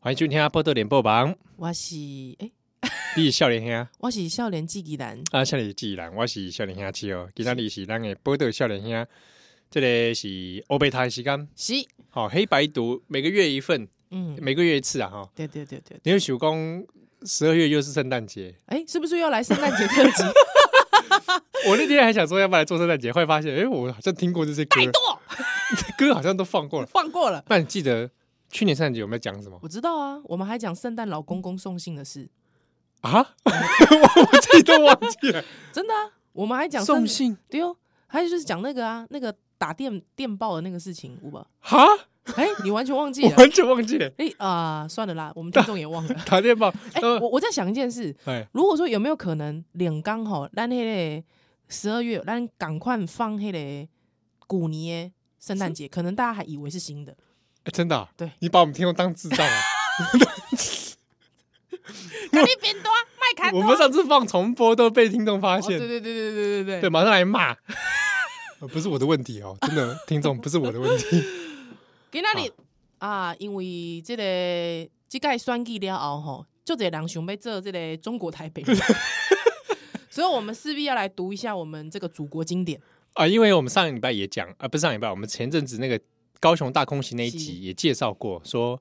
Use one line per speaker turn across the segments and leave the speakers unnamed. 欢迎收听《波特联播榜》，
我是诶、
你是少年兄
我是少年纪纪人，
啊，少年既然我是少年兄七哦，今仔日是咱的波特少年兄，这个是欧贝塔的时间，
是，
好、黑白读每个月一份，
嗯，
每个月一次啊哈、
对对对对，
你有想讲十二月又是圣诞节，
哎、是不是要来圣诞节特辑？
我那天还想说要不要来做圣诞节，后来发现，哎，我好像听过这些歌，
拜托，
歌好像都放过了。
放过了。
那你记得去年圣诞节我们在讲什么
我知道啊，我们还讲圣诞老公公送信的事，
啊？我 我自己都忘记了。
真的啊，我们还讲圣
送，信
对哦，还有就是讲那个啊，那个打电电报的那个事情，吴 吧？
哈，
哎、你完全忘记
我
了，
完全忘记了。
哎啊、算了啦，我们听众也忘 了。
打电报，
哎、
呃
我我在想一件事，
哎，
如果说有没有可能，两刚吼，咱迄个十二月，咱赶快放迄个古年的圣诞节，可能大家还以为是新的，
哎真的啊，
对
你把我们听众当智障 啊！
肯定变多，麦卡
我们上次放重播都被听众发
哦
现，
对对对对对对
对，
对，
马上来 骂。呃不是我的问题哦，真的，听众不是我的问题。
今仔日啊，因为这个这届选举了后吼，就这人想要做这个中国台北， 所以我们势必要来读一下我们这个祖国经典。
啊，因为我们上个礼拜也讲啊，不是上礼拜，我们前阵子那个高雄大空袭那一
是
集也介绍过，说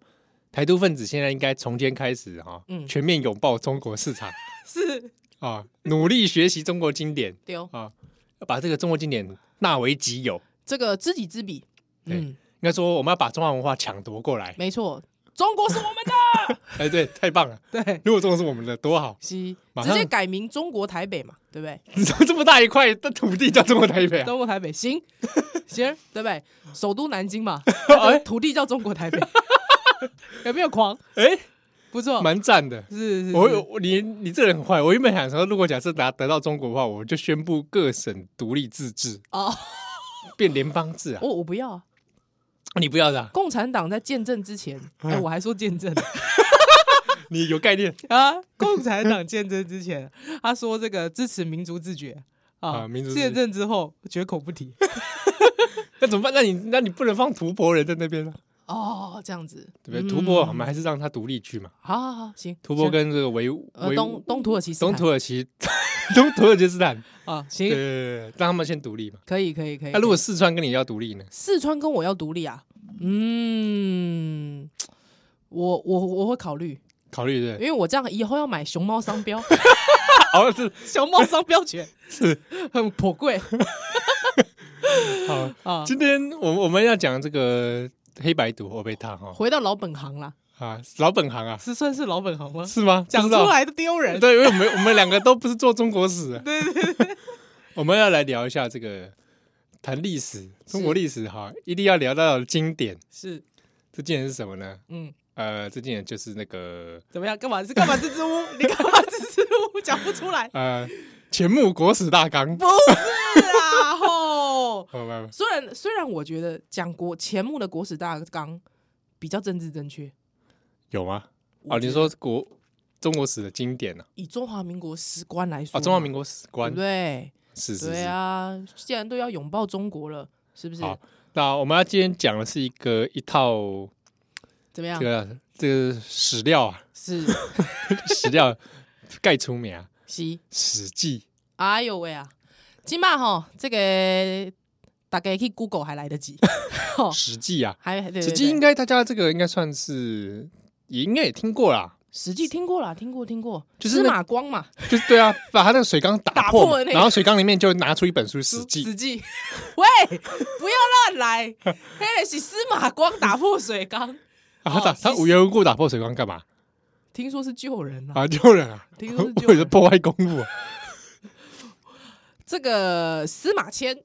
台独分子现在应该从今天开始哈、
嗯
全面拥抱中国市场
是
啊，努力学习中国经典
对哦，
啊，把这个中国经典纳为己有。
这个知己知彼，
对
嗯，
应该说，我们要把中华文化抢夺过来。
没错，中国是我们的。
哎，对，太棒了！
对，
如果中国是我们的，多好！
是
马
直
上
接改名中国台北嘛，对不对？
你说这么大一块的土地叫中国台北啊？
中国台北 行行，对不对？首都南京 嘛，
哎
土地叫中国 台北，有没有狂？
哎，
不错，
蛮赞的。
是是，
我
是
有我你你这个人很坏。我原本想说，如果假设拿得到中国的话，我就宣布各省独立自治，
哦，
变联邦制啊！
我我不要啊！
你不要的啊，
共产党在见证之前，哎，我还说 见证
你有概念
啊！共产党见证之前，他说这个支持民族自觉
啊民族自觉
见证之后绝口不提
那怎么办？那你那你不能放吐蕃人在那边啊，
哦，这样子
对不对？
嗯
吐蕃我们还是让他独立去嘛。
好好好，行，
吐蕃
行
跟这个维
呃
维
东东土耳其斯
东
坦
土耳其 东土耳其斯坦，
啊，
对对
行，
对，对让他们先独立嘛。
可以可以可以。
那如果四川跟你要独立呢？
四川跟我要独立啊，嗯，我我我会考虑，
考虑对
因
不对？
为我这样以后要买熊猫 商标，
哦，是
熊猫商标权
是
很颇贵
好。
啊。
今天我我们要讲这个黑白读欧贝塔哈
回到老本行啦，
啊，老本行啊，
是算是老本行吗？
是吗？
讲
不
出
知道
来都丢人。
对，因为我们我们两个都不是做中国史， 对对对，我们要来聊一下这个谈历史，中国历史哈，一定要聊到经典。
是，
这经典是什么呢？
嗯，
呃，这经典就是那个。
怎么样？干嘛？是干嘛？支支 吾吾，你干嘛支支吾吾？讲不出来
呃《前穆国史大纲》哦
不是啊，吼！
好吧。
虽然虽然我觉得讲国前目的国史大纲比较政治正确，
有吗？
我
哦，
觉
你
得
说国中国史的经典呢？
以中华民国史观来
啊，
说嘛，
中华民国史
对啊
观
不对？
是是
对
是。
啊，既然都要拥抱中国了，是不是？
好，那我们要今天讲的是一个一套
怎么样
这？个这个史料 啊，
是
史料盖出名啊，
是，
《史记》
哎呦喂啊！今晚吼，这个大概去 Google 还来得及，
《史记》啊，
还哦对对
《
对
史记》应该大家这个应该算是也应该也听过啦，
史记听过啦，听过听过，
就是
司
那
马光嘛，
就是对啊， 把他那个水缸打
打
破
破
嘛，
的那个
然后水缸里面就拿出一本书《史记》
史记， 喂，不要乱来，嘿，是司马光打破水缸，
啊，他打
哦
他无缘无故打破水缸干嘛
听说是救人啊。
啊？救人啊！
听 说是
为
救
了
人，
破坏公务啊，
这个司马迁，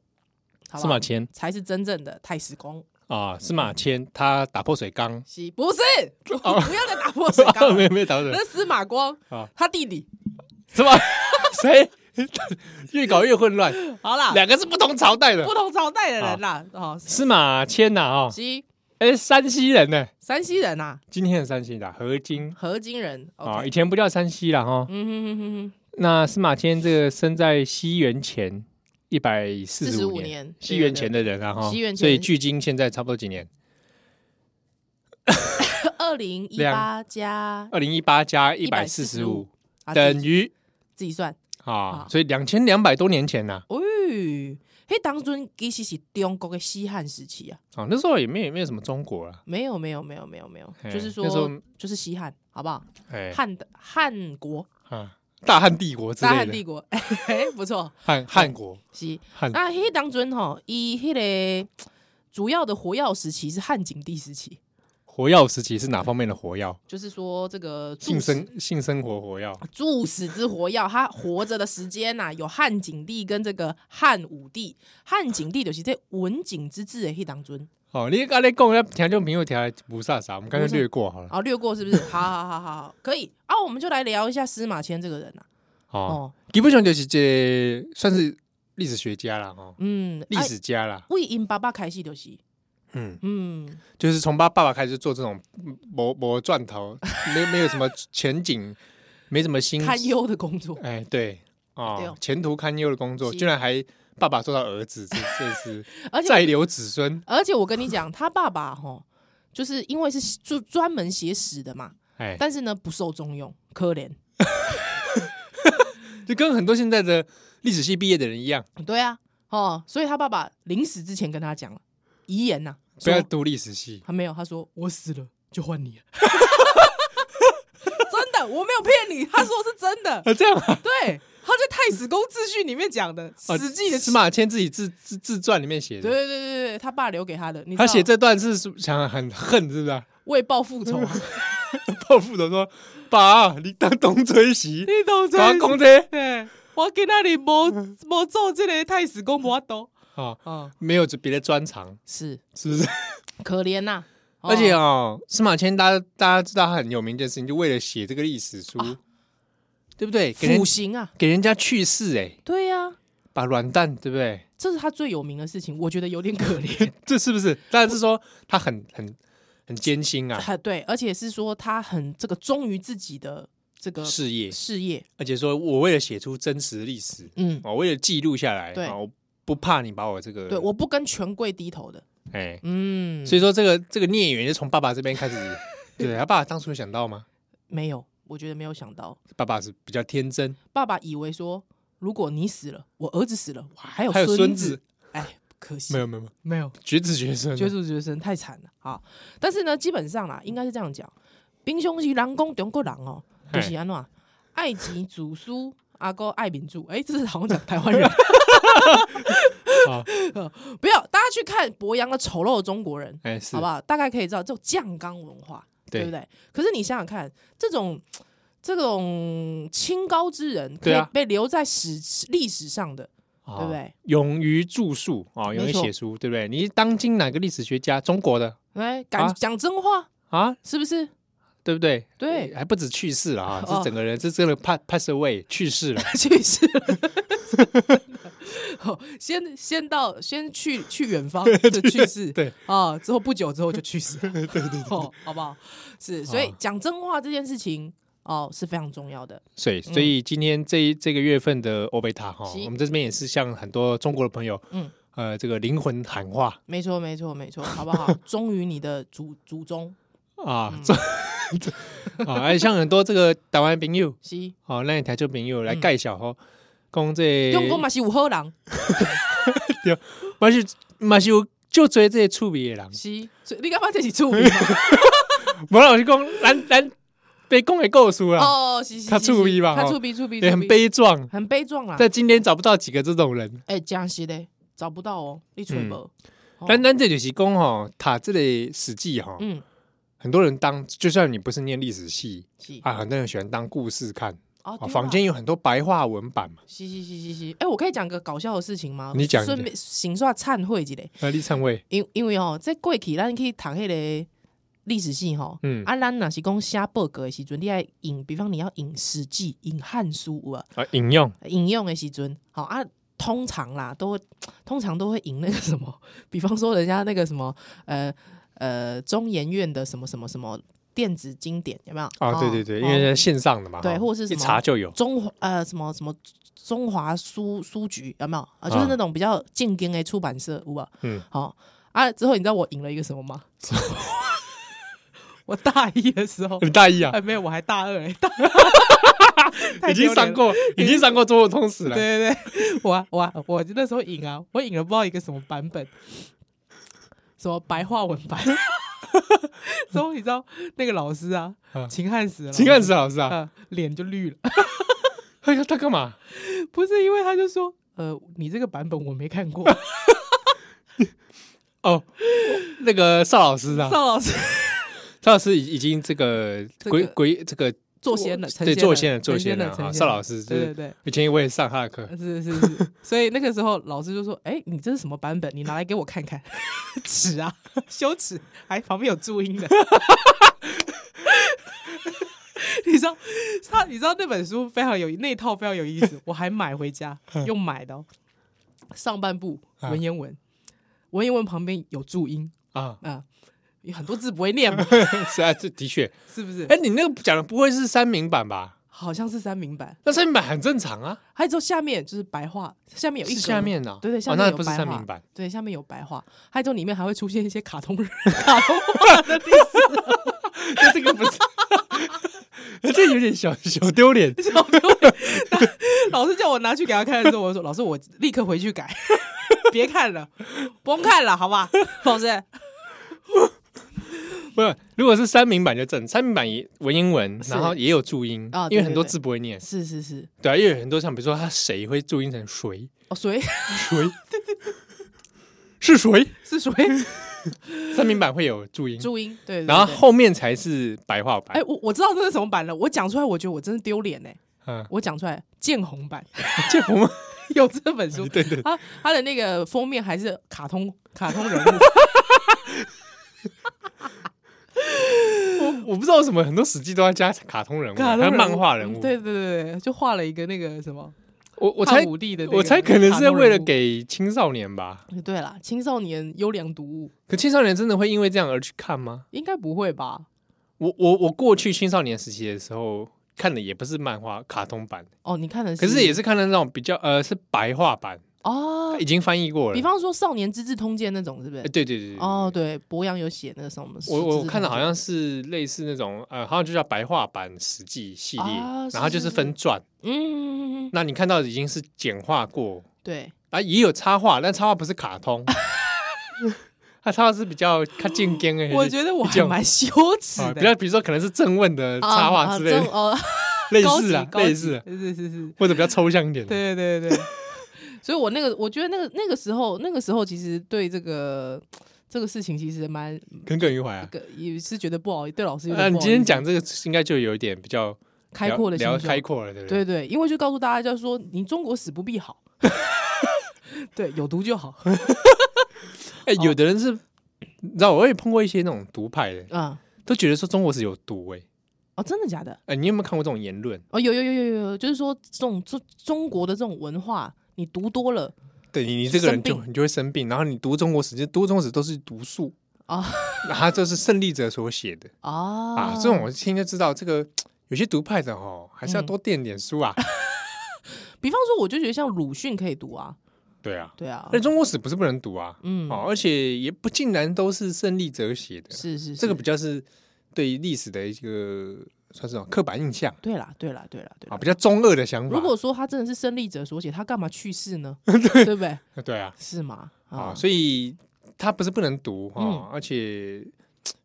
好吧
司马迁
才是真正的太史公，
啊，司马
嗯
迁他打破水缸，
是不是？不 不要再打破水 缸
哦没
嗯了，
有没有打破水缸，
那司马光
啊，
他弟弟，
什么 谁？越搞越混乱，
好啦，
两个是不同朝代的
啊不。同朝代的人啦，哦，
司马迁呐，哦，
西
哎，山西人呢，
山西人呐，
今天的山西的河津
河津人
啊，以
，OK，
前不叫山西了哈，
嗯哼哼哼哼，
那司马迁这个生在西元前一百四十
45
五
年
西元前的人啊哈，
西元前
所以距今现在差不多几年？
二二零一八加
二零一八加一百四十五
啊自
等
己
于
自己算，
啊
好，
所以两千两百多年前呐、
哦，嘿，当中其实是中国的西汉时期啊，
啊，那时候也没有没有什么中国啦，
没有没有没有没有没有，
嘿
就是说
那时候
就是西汉，好不好？
哎、
汉的汉国，
啊，大汉帝国之
大
类
汉帝
的，
国， 哎，不错，
汉汉国
是。
汉
那迄当中吼，伊迄个主要的活药时期是汉景帝时期，
活药时期是哪方面的活药？
就是说这个
性
注死
生性生活活药
注死之活药，他活着的时间呐、有汉景帝跟这个汉武帝。汉景帝就是这文景之治的迄当中，
哦，你刚才讲要听众朋友听不啥啥，我们干脆略过好了。
好哦略过 是不是？好好好好好，可以啊，我们就来聊一下司马迁这个人呐、啊。
哦，
哦，
基本上就是这算是历史学家啦，哦，
嗯，
历史家啦，
为因爸爸开始就是，
嗯，
嗯，
就是从爸爸爸开始做这种磨磨钻 头，没没有什么前景，没什么新
堪忧的工作，
哎，对
对
哦
哦，
前途堪忧的工作，
是
居然还爸爸做到儿子， 这这是
而且
再留子孙，
而且我跟你讲，他爸爸吼，就是因为是就专门写史的嘛，
哎，
但是呢不受重用，可怜。
就跟很多现在的历史系毕业的人一样，
对啊，哦，所以他爸爸临死之前跟他讲了遗言呐、
不要
说
读历史系，
他没有，他说我死了就换你了。 真的，我没有骗你，他说是真的。
啊，这样啊，
对，他在《太史公自序》里面讲 的，
哦
史记的
司马迁自己自自自传里面写
对
的，
对对对对，他爸留给他的。你知道
他写这段是是想很恨，是不是啊？
为报复仇、啊，
报复的说：“爸，你当东追 西，
你懂
我要讲这
对，我今仔日无无做这个太史公无 多
啊，
啊，
没有别的专长，
是
是不是？
可怜呐、哦
而且哦，司马迁大家大家知道他很有名一件事情，就为了写这个历史书，
啊
对不对？给人
腐刑啊，
给人家去世，哎，
对呀、
把软蛋，对不对？
这是他最有名的事情，我觉得有点可怜。
这是不是？当然是说他很很很艰辛啊，
啊对，而且是说他很这个忠于自己的这个
事业，
事业，
而且说我为了写出真实的历史，
嗯，
我为了记录下来，
对
啊我不怕你把我这个
对，我不跟权贵低头的，
哎，
嗯，
所以说这个这个孽缘就从爸爸这边开始， 对不对他爸爸当初有想到吗？”
没有，我觉得没有想到，
爸爸是比较天真，
爸爸以为说，如果你死了，我儿子死了，我还有
还有孙
哦子
子，，
哎，可惜
没有没有没有，
没有
绝子绝孙啊，
绝子绝孙太惨了啊！但是呢，基本上啦，应该是这样讲，冰兄是人讲中国人哦、
嘿
就是安怎爱及祖书。阿哥啊爱民主，哎、这是好像讲台湾人。
好，
不要，大家去看博洋的《丑陋的中国人》，
哎是
好不好？大概可以知道这种酱缸文化，对
对
不对？可是你想想看，这种这种清高之人，可
对
以
啊
被留在史历史上的，
啊
对不对？
勇于著述啊，勇于
没错
写书，对不对？你当今哪个历史学家，中国的
哎，敢
啊
讲真话，
啊，
是不是？
对不对？
嗯
哎
对
还不止去世了啊，
哦
是整个人是真的 pass pass away 去世 了
去世了。 哦，先先到先去去远方就去世，
对
啊，之后不久之后就去世 了，对对对哦，好不好？是，所以
啊
讲真话这件事情哦是非常重要的，
所以，所以今天这一这个月份的欧贝塔哈，
嗯是
我们在这边也是向很多中国的朋友，
嗯
嗯，呃，这个灵魂喊话
没错没错没错， 好不好？忠于你的祖祖宗，嗯
啊，这啊，哎，像很多这个台湾朋友，
是
哦，那台就朋友来
嗯
介绍吼，讲这
用功嘛是有好人，
嘛是嘛是有就追这些趣味的人。
是，所以你干嘛这是出名？
无啦，我是讲咱咱被讲的故事啦，
哦，是是，
较趣味吧
他
吼
出逼出逼，
也哦很
悲
悲壮，
很悲壮啦，
在今天找不到几个这种人。
哎，讲实的找不到哦，你吹
嗯
不？哦
咱咱这就是讲吼，他这类史记吼，
嗯，
很多人当就算你不是念历史系
是
啊，很多人喜欢当故事看
啊
啊，坊间有很多白话文版嘛，
是是是是是，哎、我可以讲个搞笑的事情吗？
你讲一
顺
讲
便行刷忏悔一下，
啊，立灿卫，
因因为哦，在过去咱去读迄个历史系吼，
嗯
啊，咱若是讲写报告的时阵，你爱引，比方你要引《史记》、引《汉书》有啊，
啊，引用
引用的时阵，好啊，通常啦，都会通常都会引那个什么， 比方说人家那个什么，呃呃，中研院的什么什么什么电子经典有没有？
啊，对对对，因
哦
为在线上的嘛，
对
哈
或者是
一
什么
查就有，
中华呃什么什么中华书书局有没有啊？就是
啊
那种比较正经的出版社，有吧？
嗯，
好、啊，之后你知道我赢了一个什么吗？我大一的时 候，
你大一啊
哎，，没有，我还大二哎，哎大 太
已经
丢脸
上
了
过，已经上过中文通史了。
对对对， 我啊我啊我那时候引啊，我引了不知道一个什么版本，什么白话文 版。之后你知道那个老师啊
嗯，
秦汉史，
秦汉石，老师啊，
啊，脸就绿了，
他他干嘛？
不是因为他就说，呃，你这个版本我没看 过，
哦，那个邵老师啊，
邵老师
邵老师已已经这个
这个
鬼鬼这个
做仙了，成
对，做仙
了，
人，做
成
仙人
了，成
啊，
仙
邵
了
老师就
对对
是
对。
以前我也上他的课，
是是是，所以那个时候老师就说：“哎、你这是什么版本？你拿来给我看看。” 耻啊， 羞耻，还旁边有注音的。 你知道他，你知道那本书非常有那套非常有意思，我还买回 家，用买的、哦。上半部
啊
文言文，文言文旁边有注音
啊，
啊，有很多字不会念嘛，
是啊，这的确。
是不是？
哎，你那个讲的不会是三明版吧？
好像是三明版，
那三明版很正常啊，
还有之后下面就是白话，下面有一
是
格
下面啊，
对对，下
哦，
面
那
有
不是
白
三
话
明版，
对，下面有白话，还有之后里面还会出现一些卡通 人、卡通话的地
那这个不是， 这有点小小丢脸。
小朋友。老师叫我拿去给他看的时候，我说：“老师，我立刻回去改， 别看了，甭看了，好吧？”老师
不是，如果是三明版就正，三明版也文言文，
是
然后也有注音
啊对
因为很多
对对
字不会念，
是是是，
对啊，因为有很多像比如说他谁会注音成谁
哦，谁
谁，是谁，
是谁？
三明版会有注音，
注音对对
然后
对
后面才是白话
哎，
版，
我我知道这是什么版了，我讲出来，我觉得我真的丢脸呢。
嗯，
我讲出来，建红版
这我们，
有这本书
对对，
他他的那个封面还是卡通卡通人物，
我我不知道为什么很多史记都要加卡通人物，
卡
还有
通啊人物
漫画人物，
对对对对，就画了一个那个什么。
我我
汉
猜
武帝的那个
我猜可能
卡
是
通
为了
人物
给青少年吧，
对啦，青少年优良读物
可青少年真的会因为这样而去看吗？
应该不会吧？
我我我过去青少年时期的时候看的也不是漫画卡通版，
哦，你看的
可是也是看的那种比较呃是白话版，
哦
已，经翻译过了。
比方说《少年资治通鉴》那种，是不
哎
是？
对对对对
哦，，对，博洋有写那个什么，
我我看的好
《
像是类似那种呃，好像就叫白话版史记系列，
啊是
然后就是分传。
资治通鉴》嗯，嗯嗯嗯嗯
那你看到的已经是简化过，
对，
啊也有插画，但插画不是卡 通，它插画是比较看进间的，
我觉得我
这
还
样
蛮羞耻
啊
的，
比较比如说可能是正问的
啊
插画
啊
之类
这
的，
哦，
类
高
似
级
啊
高级
类似，
是是是，
或者比较抽象一点的。
对 对对对。所以我那个，我觉得那个那个时候，那个时候其实对这个这个事情其实蛮，
耿耿于怀啊。
个也是觉得不好，对老师有
那
点
啊你
不好
今天
意思
讲这个应该就有一点比较
开阔的心
聊
胸
开阔了，对不对？
对对，因为就告诉大家，就是说你中国史不必 好，对，有毒就好。
哎，有的人是，你知道，我也碰过一些那种独派的，
嗯，
都觉得说中国史有毒，哎
哦，真的假的？
哎，你有没有看过这种言论？
哦，有有有有有，就是说这种中中国的这种文化，你读多了
对你，你这个人就
生
你就会生病，然后你读中国史，就读中国史都是毒素
啊，
然后这是胜利者所写的
啊
啊，这种我听就知道，这个有些独派的哦，还是要
嗯
多垫点书啊。
比方说，我就觉得像鲁迅可以读啊，
对啊，
对啊
而，且中国史不是不能读啊，
嗯，
哦，而且也不竟然都是胜利者写的，
是是，
这个
是
比较是对历史的一个算是什么刻板印象
对啦，对啦，对啦，对
啊，
啦。
比较中二的想法。
如果说他真的是胜利者所写，他干嘛去 世呢？对不对？
对啊，
是吗？
啊，
啊，
所以他不是不能读啊，
嗯
而且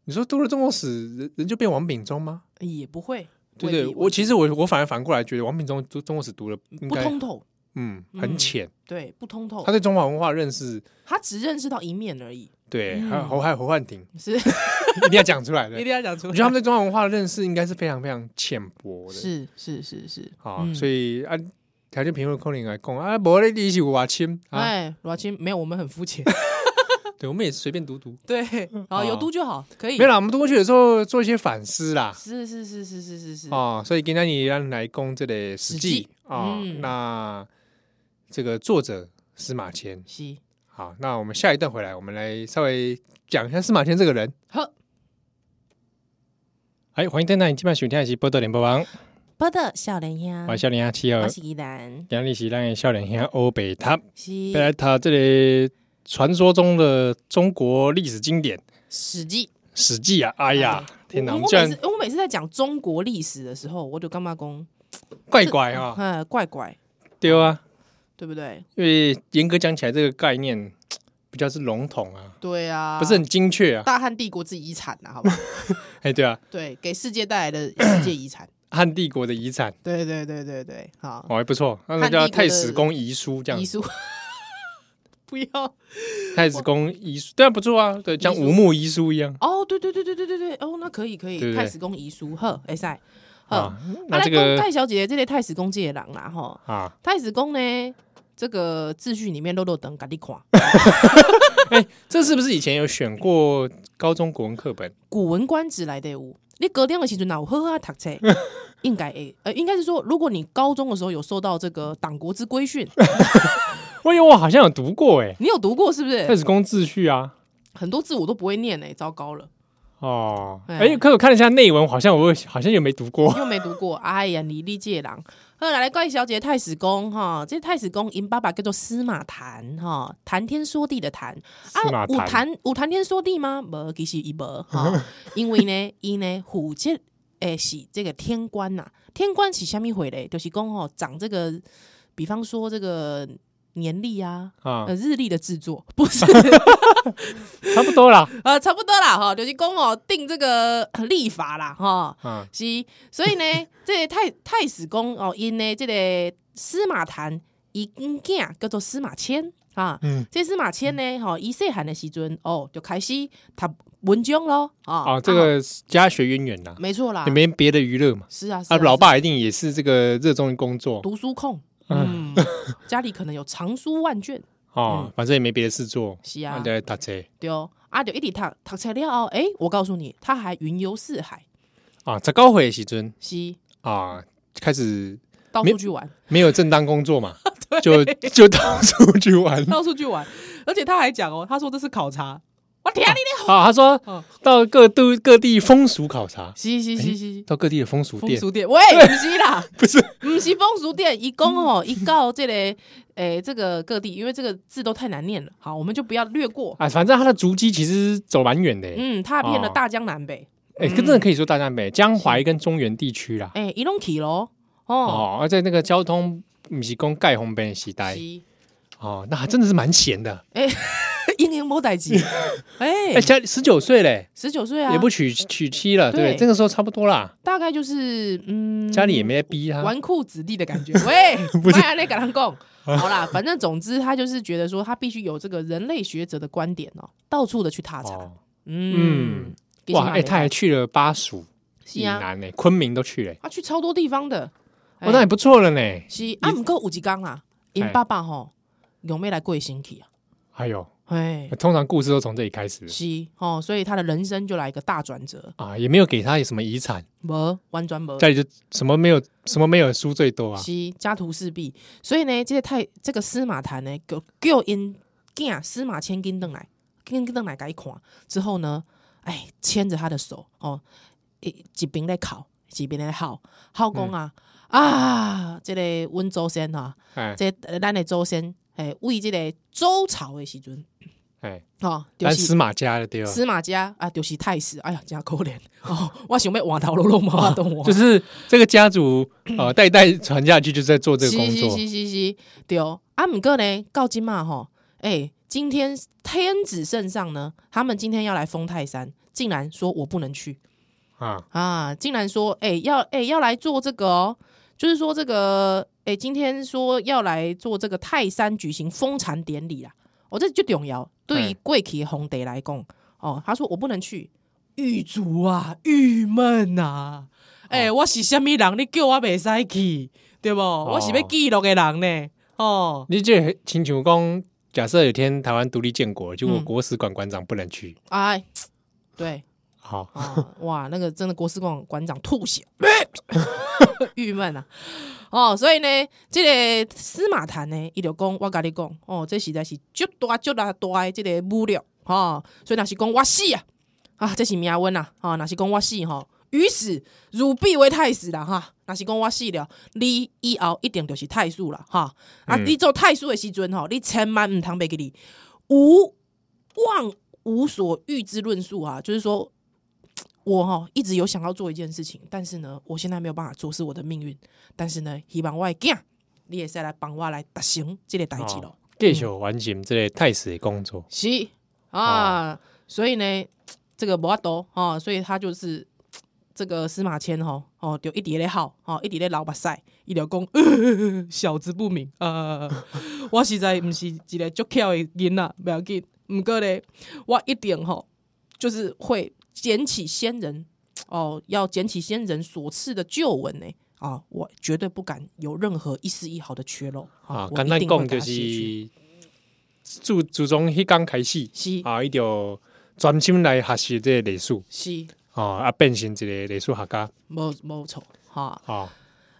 你说读了中国史，人人就变王炳忠吗？
也不会，
对不
未
对？
必
我其实我我反而反过来觉得王炳忠读中国史读了应
不
该
通透，
嗯
嗯哦
很浅，
对，不通透
他，对中华文化认识
他只认识到一面而已，
对，
嗯
还有侯还有侯汉廷
是
一定要讲出来的
一。定要讲出
我
来。
觉得他们对中华文化的认识应该是非常非常浅薄的。
是嗯是是是
啊，所以啊，条件评论可能来讲啊，无你你是有外亲啊，
哎，罗青没有，我们很肤 浅，
对，我们也是随便读读。
对，
哦
啊，有毒就好，可以
没，有啦，我们读过去的时候做一些反思啦。
是是是是是是是，
啊，所以今天你让来攻这个史
史
记
记
啊，
嗯
那这个作者司马迁。
是，
好，那我们下一段回来，我们来稍微讲一下司马迁这个人。
好，
哎，欢迎邓你今晚收听的是《波多连播王》，
波特少年兄
我是少年兄啊七
我
儿，
是依兰，
今日是咱的少年兄欧北塔，
是
要来他这里传说中的中国历史经典《
史记，
史记》啊，哎呀，天哪，我
我我
们居然
每次我每次在讲中国历史的时候，我就干嘛公
怪怪啊，
嗯，怪怪，
对啊，
对不对？
因为严格讲起来，这个概念 比较是笼统啊，
对啊，
不是很精确啊。
大汉帝国之遗产啊，好吧？
哎，对啊，
对，给世界带来的世界遗 产。
汉帝国的遗产
对对对对对，好，
哦还不错，那个
汉帝
叫
国
太史公遗书 这样
遗，书不要
太史公遗书，对啊，不错啊，对，像五木遗书一样
哦，对对对对对对对，哦，那可以可以，
对不对
太史公遗书，呵，哎塞，呵，
啊。
啊
那这
来讲
个
太小姐姐这类太史公界人啦，吼，
啊，
太史公呢，这个秩序里面漏漏等赶紧 看，
哎，这是不是以前有选过高中国文课本？
古文观止来的有，你高中的时阵哪有好好啊读 册？应该诶，呃，应该是说，如果你高中的时候有受到这个党国之 规训，
我有，我好像有读过哎，
你有读过是不
太
是？
史公秩序啊。
很多字我都不会念诶、糟糕了，
哦，
哎
哎，可我看了一下内文，好像我好像也没读过。
又没读过。哎呀，你理解郎。后来来怪小姐太史公哈，这太史公因爸爸叫做司马谈哈，谈天说地的谈啊
司马
有
谈啊
谈有谈天说地吗？无，其实伊 无哈，因为呢，伊呢虎节诶是这个天官呐、天官是虾米回嘞？就是讲吼长这个，比方说这个年历啊，
啊
呃，日历的制作不 是
差不多 啦。
呃差不多啦哈，就是讲哦定这个呃历法啦哈。
啊，
是，所以呢， 这个太太史公哦，因呢这个司马谈伊囝叫做司马迁啊，
嗯，
这司马迁呢，吼伊细汉的时阵哦，就开始读文章咯啊
哦，这个家学渊源啦
啊，没错啦
也，没别的娱乐嘛。
是啊，是
啊，老
是
爸一定也是这个热衷于工作
读书控，嗯，家里可能有藏书万卷，
哦，反正也没别的事做，
是
啊
啊
就，在打车
对哦，啊，就一直读读材料哦，诶，我告诉你，他还云游四海，
啊，在高回的时阵
是
啊，开始
到
没
处去 玩，
没有正当工作 嘛，就就到处去玩
到处去玩，而且他还讲哦，他说这是考察，我天啊，你
啊。他说
嗯
到各都各地风俗考察，
是是是是。
到各地的风俗
风
店
俗店，喂，不是啦，
不是
不是风俗店，一共哦，一告这类、诶、这个各地，因为这个字都太难念了，好，我们就不要略过。
啊，反正他的足迹其实走蛮远的欸，
嗯，踏遍了
哦
大江南北，
哎，真的可以说大江北、江淮跟中原地区啦。
诶、一弄起咯，哦，
哦，而在那个交通不是讲盖红本时代
是，
哦，那还真的是蛮闲的。
英英莫 代志，哎
哎，，家十九岁嘞，
十九岁啊，
也不娶娶妻了，对不对？
对
这个时候差不多啦，
大概就是嗯，
家里也没啊在逼他。
纨绔子弟的感觉。 喂，不是那个人讲，好啦，反正总之他就是觉得说，他必须有这个人类学者的观点哦，到处的去踏查。
哦，
嗯
嗯，哇，哎，他还去了巴蜀、
是
以
啊，哎
南呢，昆明都去了，
他去超多地方的。
哦，那也不错了呢。
是啊，毋过有一工啦，因
哎
爸爸吼用要来过身去啊，
哎呦，
哎，
通常故事都从这里开始
是哦，所以他的人生就来一个大转折，
啊，也没有给他什么遗产，
无完全无。
家里就什么没有，什么没有书最多啊。
是家徒四壁，所以呢，这个太这个司马谈呢，叫叫因囝司马迁跟邓来，跟邓来改看之后呢，哎，牵着他的手哦，一一边在哭，一边在嚎嚎讲啊、
嗯
啊，这个阮祖先啊，
哎
这个咱的祖先哎，为这个周朝的时阵
哎，
哦，就
但
是
司马家的对吧？
司马家啊，就是太史，哎呀，真可怜哦，我想要换头路拢无法度换。
哦就是这个家族 呃代代传下去，就是在做这个工作
是是是是是，对哦。啊，姆过呢，告今嘛吼，哎、今天天子圣上呢，他们今天要来封泰山，竟然说我不能去
啊。
啊，竟然说哎、要哎、要来做这个哦，就是说这个哎、今天说要来做这个泰山举行封禅典礼啦，哦，这就重要，对于
嗯
贵旗红得来讲，哦，他说我不能去，狱卒啊，郁闷呐、哎、我是虾米人？你叫我袂使去，对不？我是要记录的人呢。哦，
你这请求公，假设有一天台湾独立建国，结果
嗯
国史馆馆长不能去，
哎，对
好
啊、 哇，那个真的国史馆馆长吐血， 郁闷啊。哦，所以呢，这个司马谈呢，伊就讲，我跟你讲，哦，这实在是足大足大大的这个侮辱，哦，所以若是讲我死啊，啊，这是命运啊，哦，若是讲我死吼，于是汝必为太史啦，哈，若是讲我死了，你以后一定就是太史啦，哈，啊，
嗯
你做太史的时阵吼，你千万毋通袂记你无忘无所欲之论述啊，就是说我哈、一直有想要做一件事情，但是呢，我现在没有办法做，是我的命运。但是呢，希望我的囝，你也是来帮我来达成这个代志咯。
继续完成这个太史的工作，
是啊，所以呢，这个无法度哦，所以他就是这个司马迁吼哦，就一直咧吼哦，一直咧流目屎，伊就讲、 呃小子不明啊、呃 我实在毋是一个足巧的囡仔，不要紧，毋过咧，我一定吼、就是会捡起先人哦，要捡起先人所赐的旧闻呢。啊、我绝对不敢有任何一丝一毫的缺漏
啊，
我
简
一
单
定会
讲
给
就
它写去
是自自从迄刚开始
是
啊，伊就专心来学习这个历史
是
啊，啊，变成一个历史学家
无无错哈。
啊，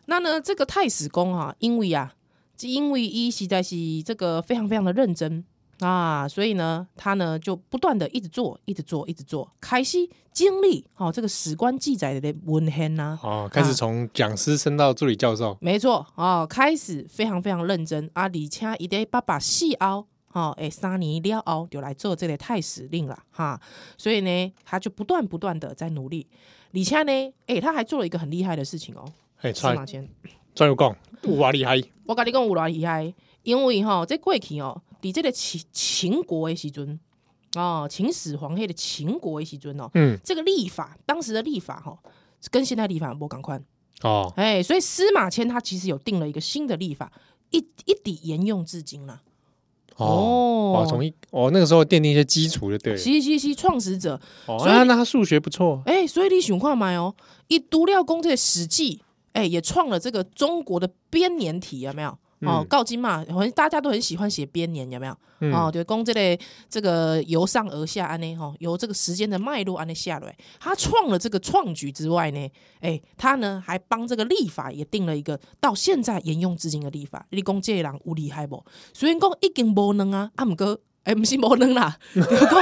那呢，这个太史公啊，因为啊，这因为一实在是这个非常非常的认真啊，所以呢，他呢就不断的一直做，一直做，一直做，开始经历哦这个史官记载的文献呐、
哦，开
啊
始从讲师升到助理教授，
没错哦，开始非常非常认真啊，而且伊得爸爸细熬哦，诶，三年了后就来做这个太史令啦哈，所以呢，他就不断不断的在努力，而且呢，诶，他还做了一个很厉害的事情哦，
嘿，
司
蔡
马迁。
蔡有讲，有偌厉害，
我甲你讲有偌厉害，因为吼，这过去哦，伫这个秦秦国的时阵，哦，秦始皇迄个秦国的时阵哦，
嗯，
这个历法，当时的历法吼、跟现在历法无共款，
哦，
哎，所以司马迁他其实有定了一个新的历法，一一直沿用至今啦。
哦，哇，从一，哦，那个时候奠定一些基础就对了，
是是是，创始者，
哦，
所以
啊，那他数学不错，
哎、所以你想看买哦，一读料公这个《史记》哎、也创了这个中国的编年体，有没有？哦
嗯，
告今嘛，好像大家都很喜欢写编年，有没有？
嗯
哦，就讲这个这个由上而下安呢，吼，由这个时间的脉络安呢下来，他创了这个创举之外呢，哎、他呢还帮这个立法也定了一个到现在沿用至今的立法。你讲这个人有厉害不？虽然讲已经无能啊，啊毋过，哎、不是无能啦，就是讲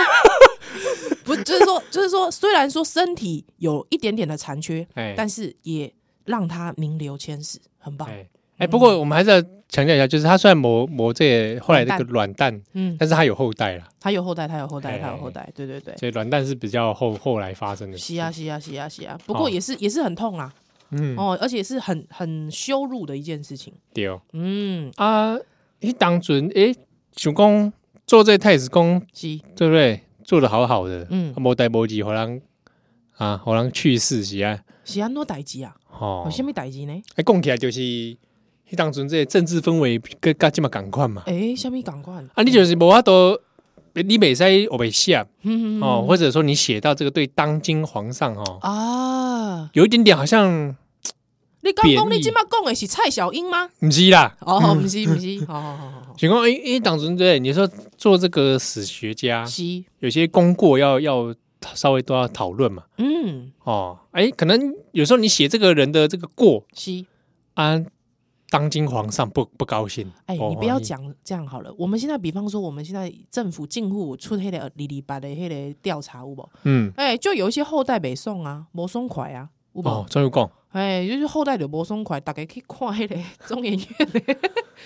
不就是说就是说，虽然说身体有一点点的残缺，
哎
但是也让他名留千史，很棒。
哎哎，不过我们还是要强调一下，就是他虽然磨磨这个后来这个软蛋，
嗯，
但是他有后代啦，
他有后代，他有后代，
哎
他有后代，对对对。
所以软蛋是比较后后来发生的，
是啊，是啊，是啊，是啊，不过
哦
也是、也是很痛啊，
嗯，
哦，而且是很很羞辱的一件事情。
对哦。
嗯，
啊，你当阵诶，想讲做这太子宫，
是，
对不对？做的好好的，
嗯
嗯，无代无志，互人啊，互人去世是啊，
是安诺代志啊，
吼
有，什么代志呢？
哦哎，讲起来就是，迄当阵这个政治氛围跟甲即嘛共款嘛，
诶、什么感官？
啊，你就是无法度，你袂使我袂写
嗯，嗯嗯
哦，或者说你写到这个对当今皇上哦，
啊，
有一点点好像
你刚
贬
讲你
义
今麦讲的是蔡小英吗？
唔是啦。
哦，不是不是，好好好好 好，
情况诶诶，哎当阵对你说做这个史学家，
是，
有些功过要要稍微都要讨论嘛。
嗯，
哦，哎，可能有时候你写这个人的这个过
是。
啊，当今皇上不不高兴。
哎、
哦
你不要，讲这样好了。我们现在，比方说，我们现在政府近乎出黑的里里八的黑的调查，有无？
嗯，
哎、就有一些后代北送啊，没松快啊，有无？
哦，周玉贡，
哎，就是后代就无爽快，大家去看迄个 中研院的，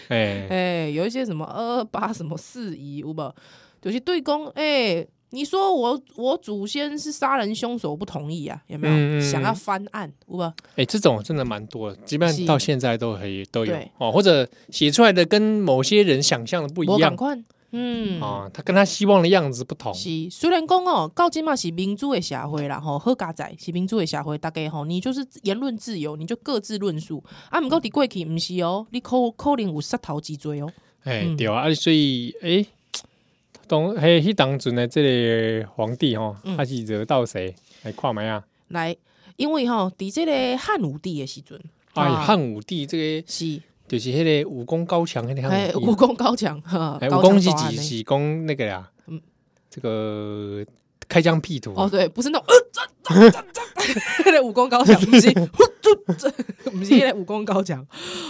哎，
哎，有一些什么二二八什么事宜，有无？就是对公，哎，你说我我祖先是杀人凶手，我不同意啊，有没有？
嗯嗯嗯
想要翻案，有无？
哎，这种真的蛮多的，基本上到现在都可以都有
对
哦，或者写出来的跟某些人想象的不一
我
样
赶快，嗯。
啊，他跟他希望的样子不同。
是，虽然讲哦，到今嘛是民主的社会啦，吼，好加载是民主的社会，大概吼，你就是言论自由，你就各自论述。啊，毋过伫过去毋是哦，你可可能有杀头之罪哦。
哎，
嗯
对啊，啊所以哎，当嘿，迄当阵的这个皇帝哦，
嗯
他是惹到谁？来看没啊？
来，因为吼，伫即个汉武帝的时阵，
哎，
啊
汉武帝这个
是，
就是迄个武功高强，迄个汉
哎，
武帝。啊
武功高强，哈
哎，，
高
武功
强
是
大汉
几
呢
几攻那个呀？
嗯
这个开疆辟土啊
哦，对，不是那种，呃，这这这这 那个武功 高强，不是，呼这这不是那个武功高强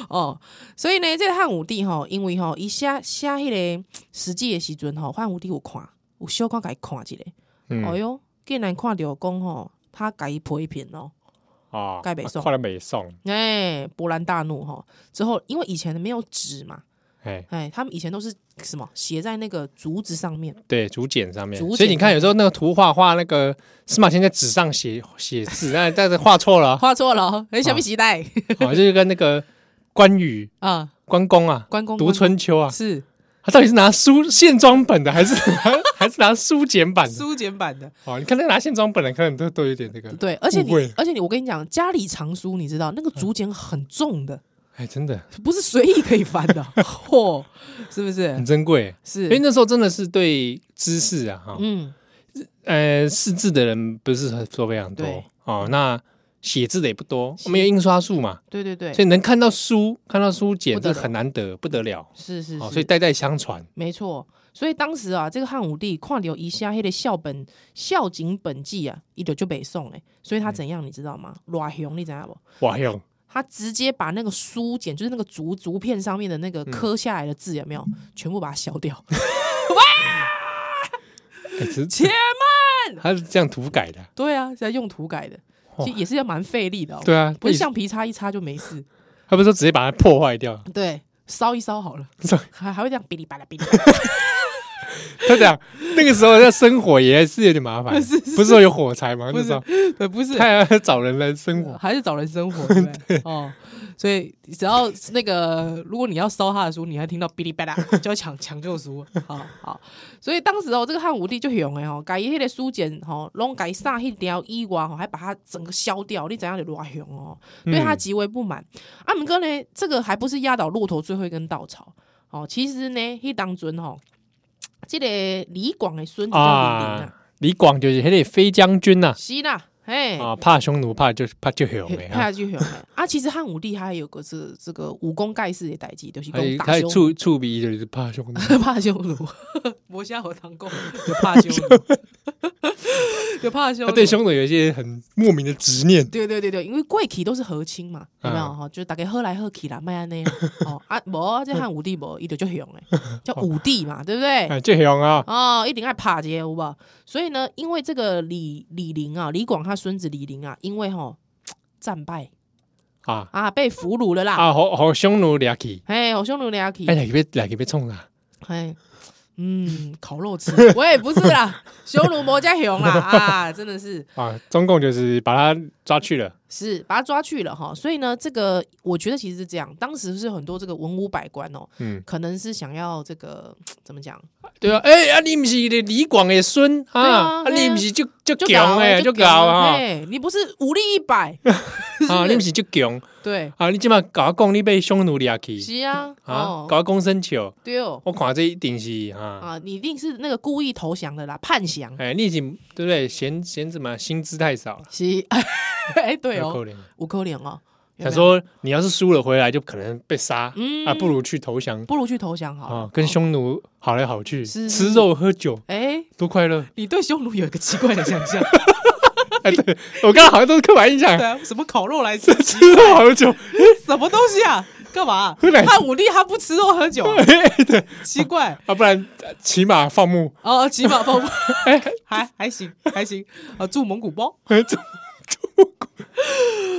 哦。所以呢，这个汉武帝吼，因为吼，伊写写迄个史记的时阵吼，汉武帝有看，有小可甲伊看一下，哎
嗯
哟，竟然看着讲吼，他甲伊批评咯。
啊，
哦该北宋
快了北宋，
哎，勃然大怒哈！之后因为以前没有纸嘛，
哎，
哎，他们以前都是什么写在那个竹子上面，
对，竹简上面，
竹简
所以你看有时候那个图画画那个司马迁在纸上写写字，那但是画错了啊，
画错了哦，哎，小米期待
啊就是跟那个关羽、
啊，
关公啊
关公
读
关
春秋啊
公，是
他到底是拿书线装本的，还是还是拿书简版的？
书简版的，
哦，你看那拿线装本的，可能都都有点这个，
对，而且
误会
你，而且你，我跟你讲，家里藏书，你知道那个竹简很重的，
哎，真的
不是随意可以翻 的，嚯，是不
很
是？
珍贵。因为
啊是，
嗯那时候真的是对知识啊，哈，
嗯，
呃，识字的人不是很说非常多
对
哦，那写字的也不多，
是
没有印刷术嘛，
对对对
所，以能看到书，看到书简
不得
这
了
很难得，不得了
是是
哦，
是，
所以代代相传。
没错。所以当时啊，这个汉武帝看到一下迄个校本校景本纪啊，一就就北宋哎，
嗯
所以他怎样你知道吗？偌雄你知道不？
哇哟，
他直接把那个书简，就是那个竹竹片上面的那
嗯
个刻下来的字，有没有全部把它消掉？
哎这
且
他是这样涂改的，
对啊，是在用土改的，
哇
其实也是要蛮费力的、哦。
对啊，
不
不
是
是
橡皮擦一擦就没事，
他不是说直接把它破坏掉，
对，烧一烧好了，
是吧
还还会这样哔哩吧啦哔哩吧啦。
他讲 那个时候要生火也是有点麻烦，
是
不是说有火柴吗？那时候
对，不是嗯
他还要找人来生火，
还是找人生 活，对不哦对？哦，所以只要那个，如果你要烧他的书，你还听到哔哩 吧啦，就要抢抢救书。好好，所以当时哦，这个汉武帝就用的哦，改迄个书简哦，拢改上迄条以外哦，还把它整个削掉，你怎样就乱用哦，对他极为不满。阿姆哥呢，这个还不是压倒骆驼最后一根稻草哦，其实呢，迄当尊哦，这个李广的孙子叫李陵啊，哦
啊，李广就是那个飞将军呐，
是啦，嘿。
啊，怕匈奴怕就怕就有没啊
派去红的啊！其实汉武帝他也有个这这个武功盖世的代志，就是
他
讲打
他
匈奴，
触触鼻就是怕匈奴，
怕 匈奴，魔下我堂公有怕匈奴， 有怕匈
他
奴，
对匈奴有一些很莫名的执念。
对对对对，因为贵体都是和亲嘛，有没有
嗯
哈？就大家喝来喝去啦，卖安尼 啦哦啊，无这汉武帝无，伊就就红诶， 叫武帝嘛，对不对？
哎，这样啊，
哦，一定爱拍街有无？所以呢，因为这个李李陵啊，李广他孙子李陵啊，因为吼战败
啊
啊，被俘虏了啦，
啊，好好匈奴掠去，
哎，我匈奴俩去
哎，。掠去被掠去被冲啊啦，
哎， 嗯，烤肉吃，喂，不是啦，匈奴魔加熊啦， 啊，真的是
啊，中共就是把他抓去了，
是把他抓去了哈。所以呢，这个我觉得其实是这样，当时是很多这个文武百官哦，
嗯，
可能是想要这个怎么讲，
对啊，哎啊，你不是李广的孙啊，
嗯啊
啊，你不是就就
就
强哎，就
就
强
啊，
啊，
哎，你不是武力一百，
啊，你不是就强
对，
啊，你即马甲我讲你被匈奴掠去
是啊，
啊，
哦，
甲我讲生笑，
对哦，
我看这一定是啊，
啊，你一定是那个故意投降的啦，叛降。
哎，你已经对不对？嫌嫌什么薪资太少了，
是， 哎，对
太可
哦，
怜了
五扣脸哦，有没有
他说你要是输了回来就可能被杀
嗯
啊，不如去投降
不如去投降好了
啊，跟，匈奴好来好去，
是是
吃肉喝酒。
哎，
多快 乐！
你对匈奴有一个奇怪的想象，
哎，对我刚刚好像都是刻板印象
对，啊，什么烤肉来吃
吃了好久。
什么东西啊？干嘛、
喝奶
汉武帝他不吃肉喝酒 啊、
哎对
奇怪
啊，不然呃骑马放牧，
哦，骑马放牧
哎
还还行还行啊，住蒙古包。
这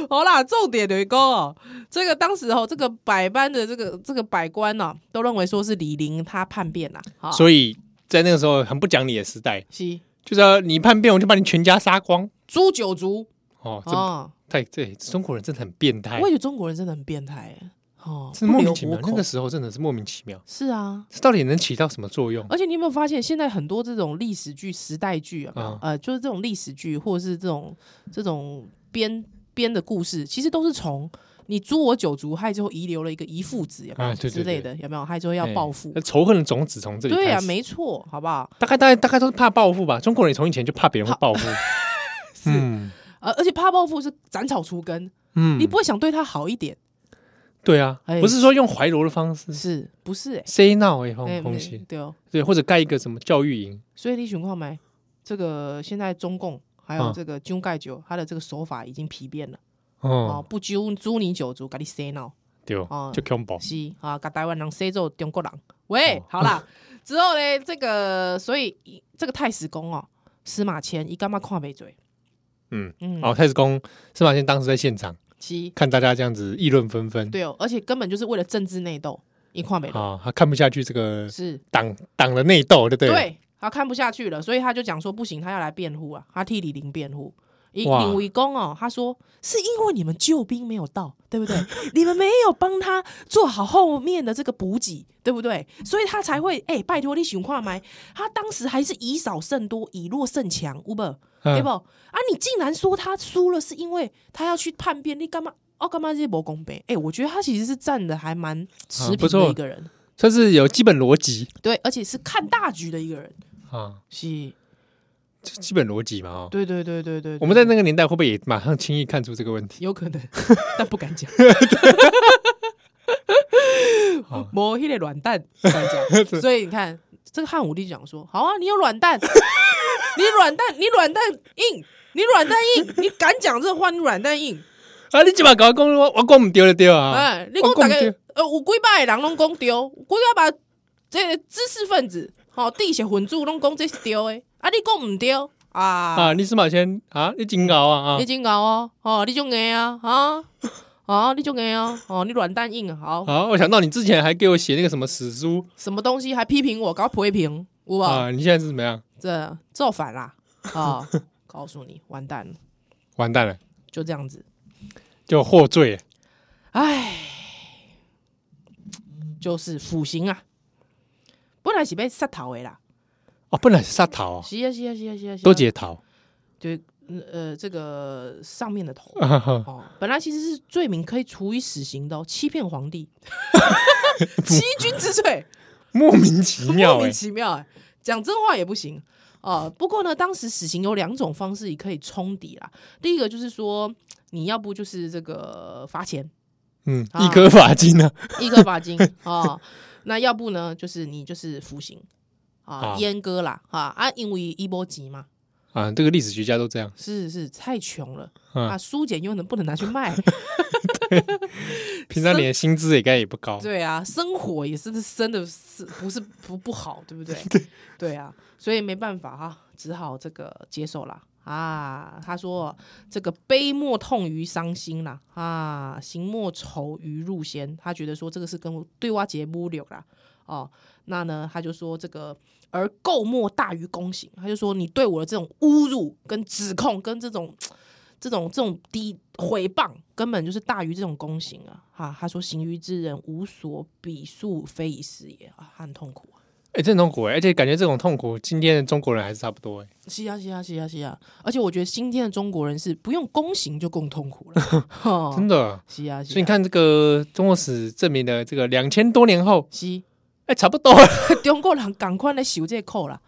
好啦，重点有一个哦，这个当时哦，这个百般的这个这个百官呢、都认为说是李陵他叛变啦， 啊，
所以在那个时候很不讲理的时代，
以
就是要你叛变，我就把你全家杀光。
诛九族
哦，这
哦，
太对，中国人真的很变态
我，也觉得中国人真的很变态哎，哦，
是
不
莫名
留
其
活
妙。
口
那个时候真的是莫名其妙，
是啊，
这到底能起到什么作用？
而且你有没有发现，现在很多这种历史剧、时代剧啊，
嗯
呃，就是这种历史剧或者是这种这种编编的故事，其实都是从你诛我九族，害之后遗留了一个遗父子，有没有、
啊对对
之类的，有没有？害之后要
哎
报复
那，仇恨的种子从这里
对
开
啊，
始。
没错，好不好？
大概大概大概都是怕报复吧。中国人从以前就怕别人会报 复。嗯
呃，而且怕报复是斩草除根，你
嗯，
不会想对他好一点，
对啊，
哎
不是说用怀柔的方式
是不是、 欸？
say no 的方
哎、
东
没
西，
对哦，
对，或者盖一个什么教育营。
所以你想看没？这个现在中共还有
嗯
这个军盖九，他的这个手法已经疲变了、哦，
哦，
不揪诛你九族，给你洗脑。
对，
哦
就 combo。
是啊，甲台湾人说做中国人。喂，
哦
好啦， 之后嘞，这个所以一这个太史公哦，司马迁伊干嘛看袂嘴？
嗯，
嗯，
哦，太史公司马迁当时在现场
是，
看大家这样子议论纷纷，
对哦，而且根本就是为了政治内斗，一看没了，
啊，他看不下去这个
是
党党的内斗，对不对？，
对，他看不下去了，所以他就讲说不行，他要来辩护啊，他替李玲辩护。因
哇
因为公哦，他说是因为你们救兵没有到，对不对？ 你们没有帮他做好后面的这个补给，对不对？所以他才会哎、拜托你想看麦，他当时还是以少胜多，以弱胜强，有不？
嗯
对不？啊，你竟然说他输了是因为他要去叛变，你干嘛？哦，干嘛这些不公平？哎、我觉得他其实是站的还蛮
啊
持
不
平
错
的一个人，
算是有基本逻辑
对，而且是看大局的一个人，
啊，
是。
就基本逻辑嘛。哦，
对对对对对，
我们在那个年代会不会也马上轻易看出这个问题？
有 可能，但不敢讲
好。
摸黑的软蛋不敢 讲，所以你看这个汉武帝讲说：“好啊，你有软蛋， 你软蛋，你软蛋硬，你软蛋硬，你敢讲这话，你软蛋硬。
啊，你起码搞讲我我讲唔丢就丢啊！
哎，你
我
讲大
讲
概
对
呃，有几百个人拢讲丢，有几百把这个知识分子吼地下混子拢讲这是丢的，啊，你讲唔丢啊？
啊，你司马迁啊，你真搞啊
你真搞哦，哦，你就硬啊啊！ 哦，你就硬啊！哦，你软蛋硬啊！好
啊！，啊，我想到你之前还给我写那个什么史书
什么东西还批评我，搞批评，有吧？
啊，你现在是怎么样？
这造反啦！啊， 告诉你，完蛋了，
完蛋了，
就这样子，
就获罪了
唉，就是腐刑啊！本来是被杀头的啦，
哦，本来是杀头哦，
是啊是啊是啊是啊，是啊
都解逃，
对，嗯呃，这个上面的头
啊哈
哦，本来其实是罪名可以处以死刑的、哦，欺骗 皇帝，欺君之罪，
莫名其妙
莫
哎
名，其妙哎、讲真话也不行哦、不过呢，当时死刑有两种方式也可以冲抵啦。第一个就是说，你要不就是这个罚 钱，
嗯，
啊
一颗罚金呢，
一颗罚金哦，那要不呢，就是你就是服刑啊
啊，
阉割啦啊啊，因为一波急嘛，
啊，这个历史学家都这样，
是是太穷了
嗯
啊，书简又能不能拿去卖？
平常你的薪资也该也不高，
对啊，生活也是生的是不是不不好，对不对？对啊，所以没办法哈、只好这个接受啦。啊，他说这个悲莫痛于伤心啦，啊，行莫愁于入仙。他觉得说这个是跟我对蛙节目柳啦，哦，那呢他就说这个而垢莫大于公刑，他就说你对我的这种侮辱跟指控跟这种这种这种低毁谤，根本就是大于这种公刑啊！哈，他说行于之人无所比数，非以是也啊，他很痛苦啊。
哎，这很痛苦哎，而且感觉这种痛苦，今天的中国人还是差不多哎，
是啊，是啊，是啊，是啊！而且我觉得今天的中国人是不用公刑就更痛 苦了。哈
真的。
是啊，
所以
是
你
啊，
看，这个中国史证明了这个两千多年后，
是
哎，差不多了，
中国人赶快来修这个扣啦。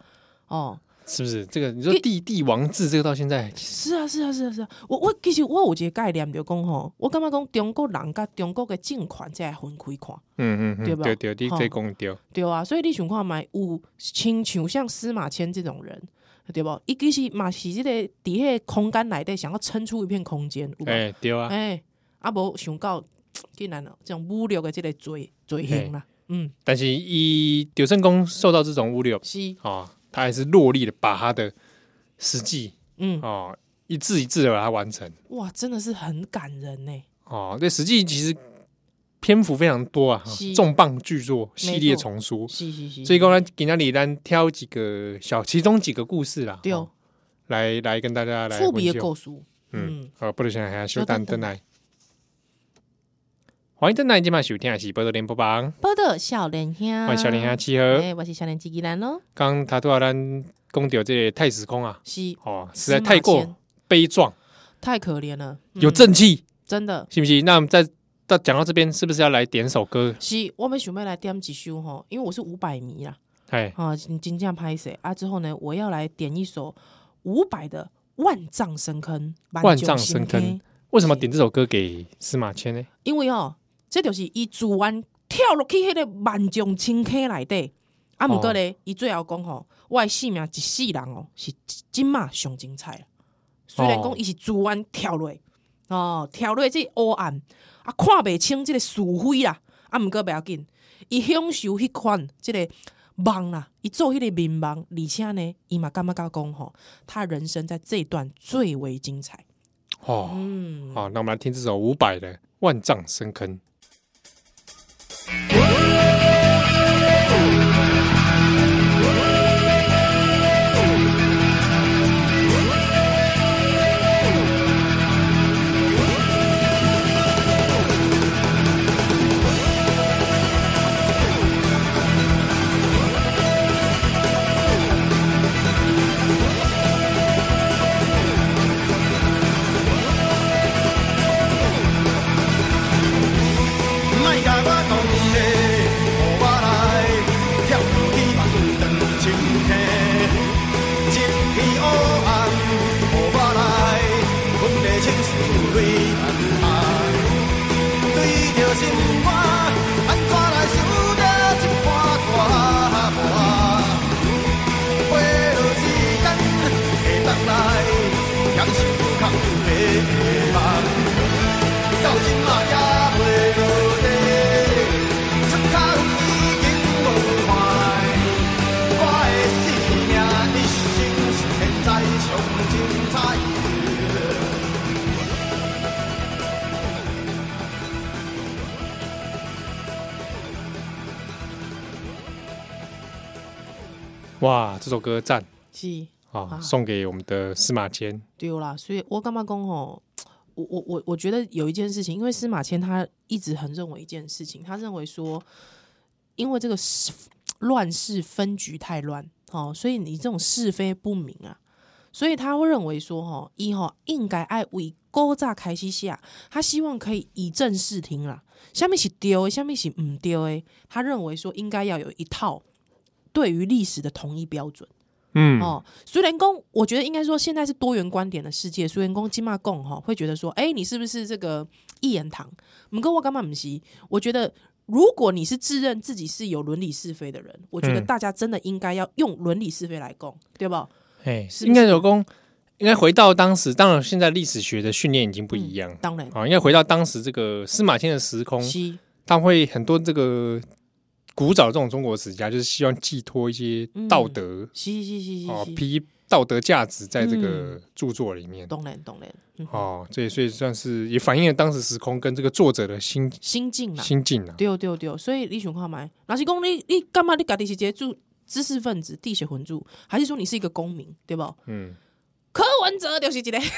哦，
是不是？这个你说帝帝王制，这个到现在
是啊，是啊，是啊，是啊。我我其实我有一个概念就讲吼，我感觉讲中国人甲中国的政权才会分开看。
嗯嗯
对
嗯，
吧
对对，你
哦
最讲对，
对啊，所以你想看买有亲像像司马迁这种人，对不？伊其实嘛是这个伫迄空间内底想要撑出一片空间，有无哎、
哎对啊，
啊无想到竟然哦，这种侮辱的这个罪罪行啦，嗯，
但是以柳圣公受到这种污蔑
是，
啊，他还是落力的把他的实际
嗯，
哦一字一字的把它完成
哇，真的是很感人呢。
哦。这实际其实篇幅非常多啊，
是
重磅巨作系列
没错
重书，
是是是，
所以刚才给那里单挑几个小，其中几个故事啦，
对，
哦来来跟大家来
触
分
笔的
享
故事，
嗯
嗯，
好，不如先来小等等来。欢迎邓来，今晚收听的是《波多连播榜》，
报道少年兄，
欢迎小林兄七
哎、
和。
我是少年机器人哦咯，
刚他突然讲到这个太史空啊，
是
哦，实
司
在
马
太过
迁
悲壮，
太可怜了，嗯
有正气，
真的。
是不是？那我们在到讲到这边，是不是要来点首歌？
是，我们想要来点几首吼，因为我是五百迷啦，
哎，
啊，真真正拍谁啊？之后呢，我要来点一首伍佰的《万丈深坑》。
万丈深坑
万丈，
为什么点这首歌给司马迁呢？
因为哦，这就是伊自愿跳落去迄个万丈深坑内底。啊，毋过咧，伊最后讲吼，我的性命一世人哦，是即嘛上精彩啦。虽然
哦
讲伊是自愿跳落，哦，跳落这黑暗，啊，看袂清即个是非啦，啊，毋过袂要紧，伊享受迄款即个梦啦，伊做迄个民梦，而且呢，伊嘛感觉到讲吼，他人生在这一段最为精彩。
哦，
嗯，
好，那我们来听这首伍佰的《万丈深坑》。
我啊嘛也袂落地，出口已经无看的，我的生命一生是现在上精彩。
哇，这首歌赞
是
啊，
啊
送给我们的司马迁。
对啦，所以我干嘛讲吼？我我我我觉得有一件事情，因为司马迁他一直很认为一件事情，他认为说，因为这个是乱世分局太乱，哦，所以你这种是非不明啊，所以他会认为说，吼，一吼应该爱为勾炸开始下，他希望可以以正视听啦，下面是丢的，下面是唔丢诶，他认为说应该要有一套对于历史的统一标准。
嗯，
哦，虽然公，我觉得应该说现在是多元观点的世界。虽然公金马贡哈会觉得说，哎、你是不是这个一言堂？唔跟我干嘛唔是？我觉得如果你是自认自己是有伦理是非的人，我觉得
嗯
大家真的应该要用伦理是非来供，对吧？
哎、
是不
应该
是
有功，应该回到当时，当然现在历史学的训练已经不一样。
当然，
啊，应该回到当时这个司马迁的时空，
嗯是
他会很多这个古早这种中国史家，就是希望寄托一些道德
是是嗯是
啊、
是是，
批道德价值在这个
嗯
著作里面。
当然当然，嗯，
哦，这也所以算是也反映了当时时空跟这个作者的心
心境啦，
心境啊。
对对对，所以你想看麦，若是讲你你干嘛你家己是一个住知识分子、地血混住，还是说你是一个公民，对吧？
嗯，
柯文哲就是一个， 是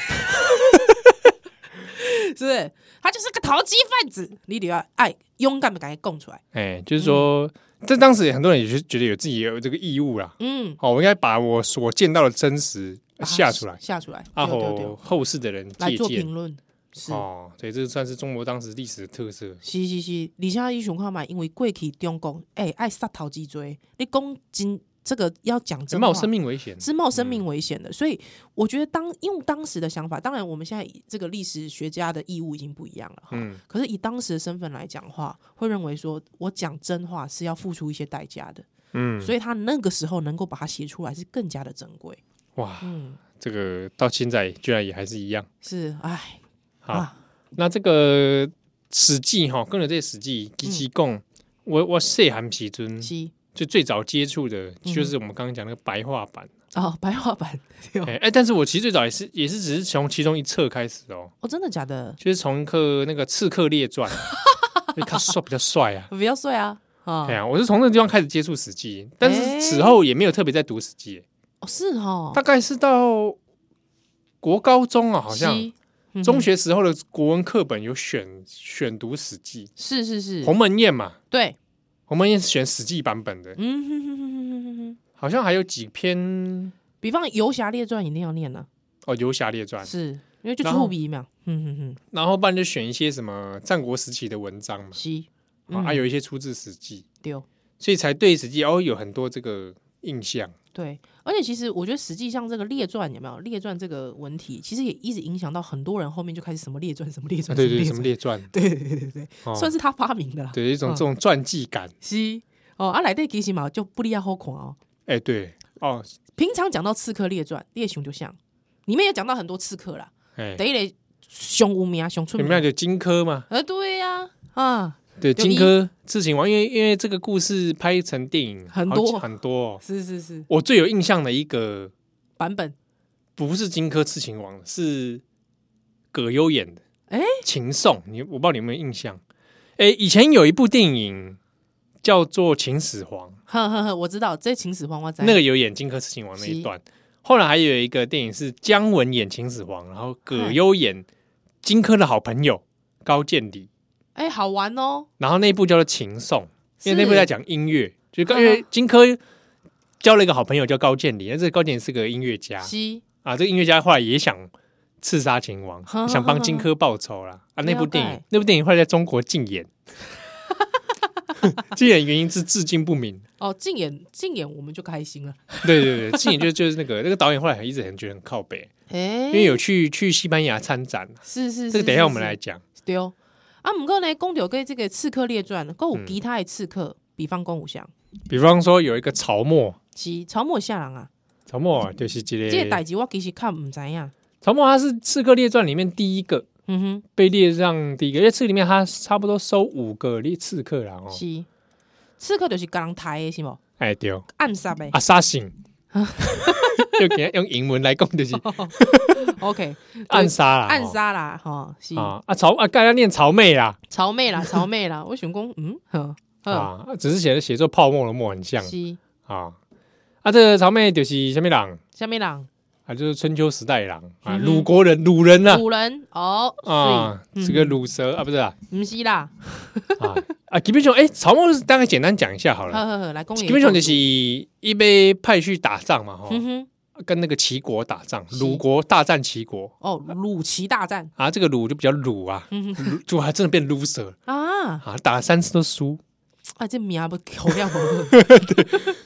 不是？他就是个投机分子，你得要爱勇敢的给他供出来。
哎、就是说，在当时很多人也是觉得有自己有这个义务啦。
嗯，
哦，我应该把我所见到的真实
把它
下出来，
下出来，
啊，
对对对
后，后世的人
来
借
做
鉴
评。论是。
哦，对，这算是中国当时历史的特色。
是是是，而且你想看嘛，因为过去中国哎爱杀头之罪，你讲真这个要讲真
冒
话，
生命危险，
是冒生命危险的。所以我觉得当用当时的想法，当然我们现在这个历史学家的义务已经不一样了哈。
嗯，
可是以当时的身份来讲的话，会认为说我讲真话是要付出一些代价的，
嗯，
所以他那个时候能够把它写出来是更加的珍贵。
哇，
嗯，
这个到现在居然也还是一样。
是，哎，
好，
啊，
那这个《史记》哈，跟着这《史记》及其共，我我细汉时阵
嗯是
就最早接触的就是我们刚刚讲那个白话版。
哦，白话版，对
哎、
哦，
哎但是我其实最早也是也是只是从其中一册开始哦，
哦真的假的？
就是从一个那个《刺客列 传》，因为他帅比较帅啊。
比较帅啊，啊
哎，呀，我是从那个地方开始接触《史记》，但是
哎
此后也没有特别在读《史记》
哦是哦，
大概是到国高中啊，好像
是嗯哼
中学时候的国文课本有选选读《史记》，
是是是，
《鸿门宴》嘛，
对，
《鸿门宴》是选《史记》版本的，
嗯哼哼哼哼哼哼哼，
好像还有几篇
比方《游侠列传》一定要念呢，
哦《游侠列传》，
是因为就
然后
触笔嘛，嗯哼哼，
然后不然就选一些什么战国时期的文章嘛，
是，
啊，
嗯
啊有一些出自《史记
对。》，
所以才对《史记》哦有很多这个印象。
对，而且其实我觉得，实际上这个列传有没有列传这个文体，其实也一直影响到很多人后面就开始什么列传什么列
啊
传，
对对，什
什
么
么
列传，
对对对对对，
哦
算是他发明的啦。
对一种
嗯
这种传记感。
是哦，啊，来对其实嘛就不利亚好看哦。
哎，对哦，
平常讲到刺客列传，列雄就像里面也讲到很多刺客啦，
哎，
等于嘞熊无名啊，熊出
有
名
没有
啊，
就荆轲嘛？
呃，对呀、啊，啊，
对，
就
荆
一
轲刺秦王，因为因为这个故事拍成电影
很
好几
多
很多哦、
是是是，
我最有印象的一个
版本
不是荆轲刺秦王，是葛优演的。
哎
秦颂，你我不知道你有没有印象？哎、以前有一部电影叫做《秦始皇》，
呵呵呵，我知道这秦始皇我知道
那个有演荆轲刺秦王那一
是
段。后来还有一个电影是姜文演秦始皇，然后葛
嗨
优演荆轲的好朋友高渐离，
哎、好玩哦，
然后那一部叫做《秦颂》。因为那部
是
在讲音乐，就是高
嗯哼
因为荆轲交了一个好朋友叫高渐离，那这个高渐离是个音乐家
西
啊，这个音乐家后来也想刺杀秦 王，
哼哼
想帮荆轲报仇啦啊。那部电
了
影
解，
那部电影后来在中国禁演， 禁演原因是至今不明。
哦，竞演竞演我们就开心了，
对对对，禁演就就是那个那个导演后来一直很觉得很靠北，
哎、
因为有去去西班牙参展，
是是是，
这个等一下我们
是
来讲。
对哦。啊，不过呢，公牛跟这个《刺客列传》，购有
嗯
其他的刺客，比方公武香、
比方说有一个曹沫，
是曹沫下人啊，
曹沫就是这
这个
个
代志我其实看唔知影。
曹沫他是《刺客列传》里面第一个
嗯
被列上第一个，因为这里面他差不多收五个列刺客啦哦
哼，，是刺客就是甲人杀的，是无？
哎对，
暗杀 的。
阿萨辛，
啊
就给他用英文来讲 就是
OK，
暗杀啦，哦
哦暗杀啦，吼，是
啊啊曹啊，刚才念曹妹啦
曹妹啦，曹妹啦，我想讲，嗯，呵，呵，
啊，只是写的写作泡沫的沫很像
是
啊啊，这个曹妹就是什么人
虾米人？
啊，就是春秋时代的人啊，
嗯哼
鲁国人鲁人呐
古人哦，
啊，
所以
这个鲁蛇啊不 是啊
唔是啦，
啊啊，基本上哎，曹沫大概简单讲一下好
呵
了，
呵呵，来公
基
演。
本上就是哦一被派去打仗嘛哈，
嗯哼，
跟那个齐国打仗，
是
鲁国大战齐国。
哦，鲁齐大战，
啊，这个鲁就比较鲁 啊，
嗯哼
鲁就还真的变 loser
啊，
啊，打了三次都输，
啊，这名不口 料不好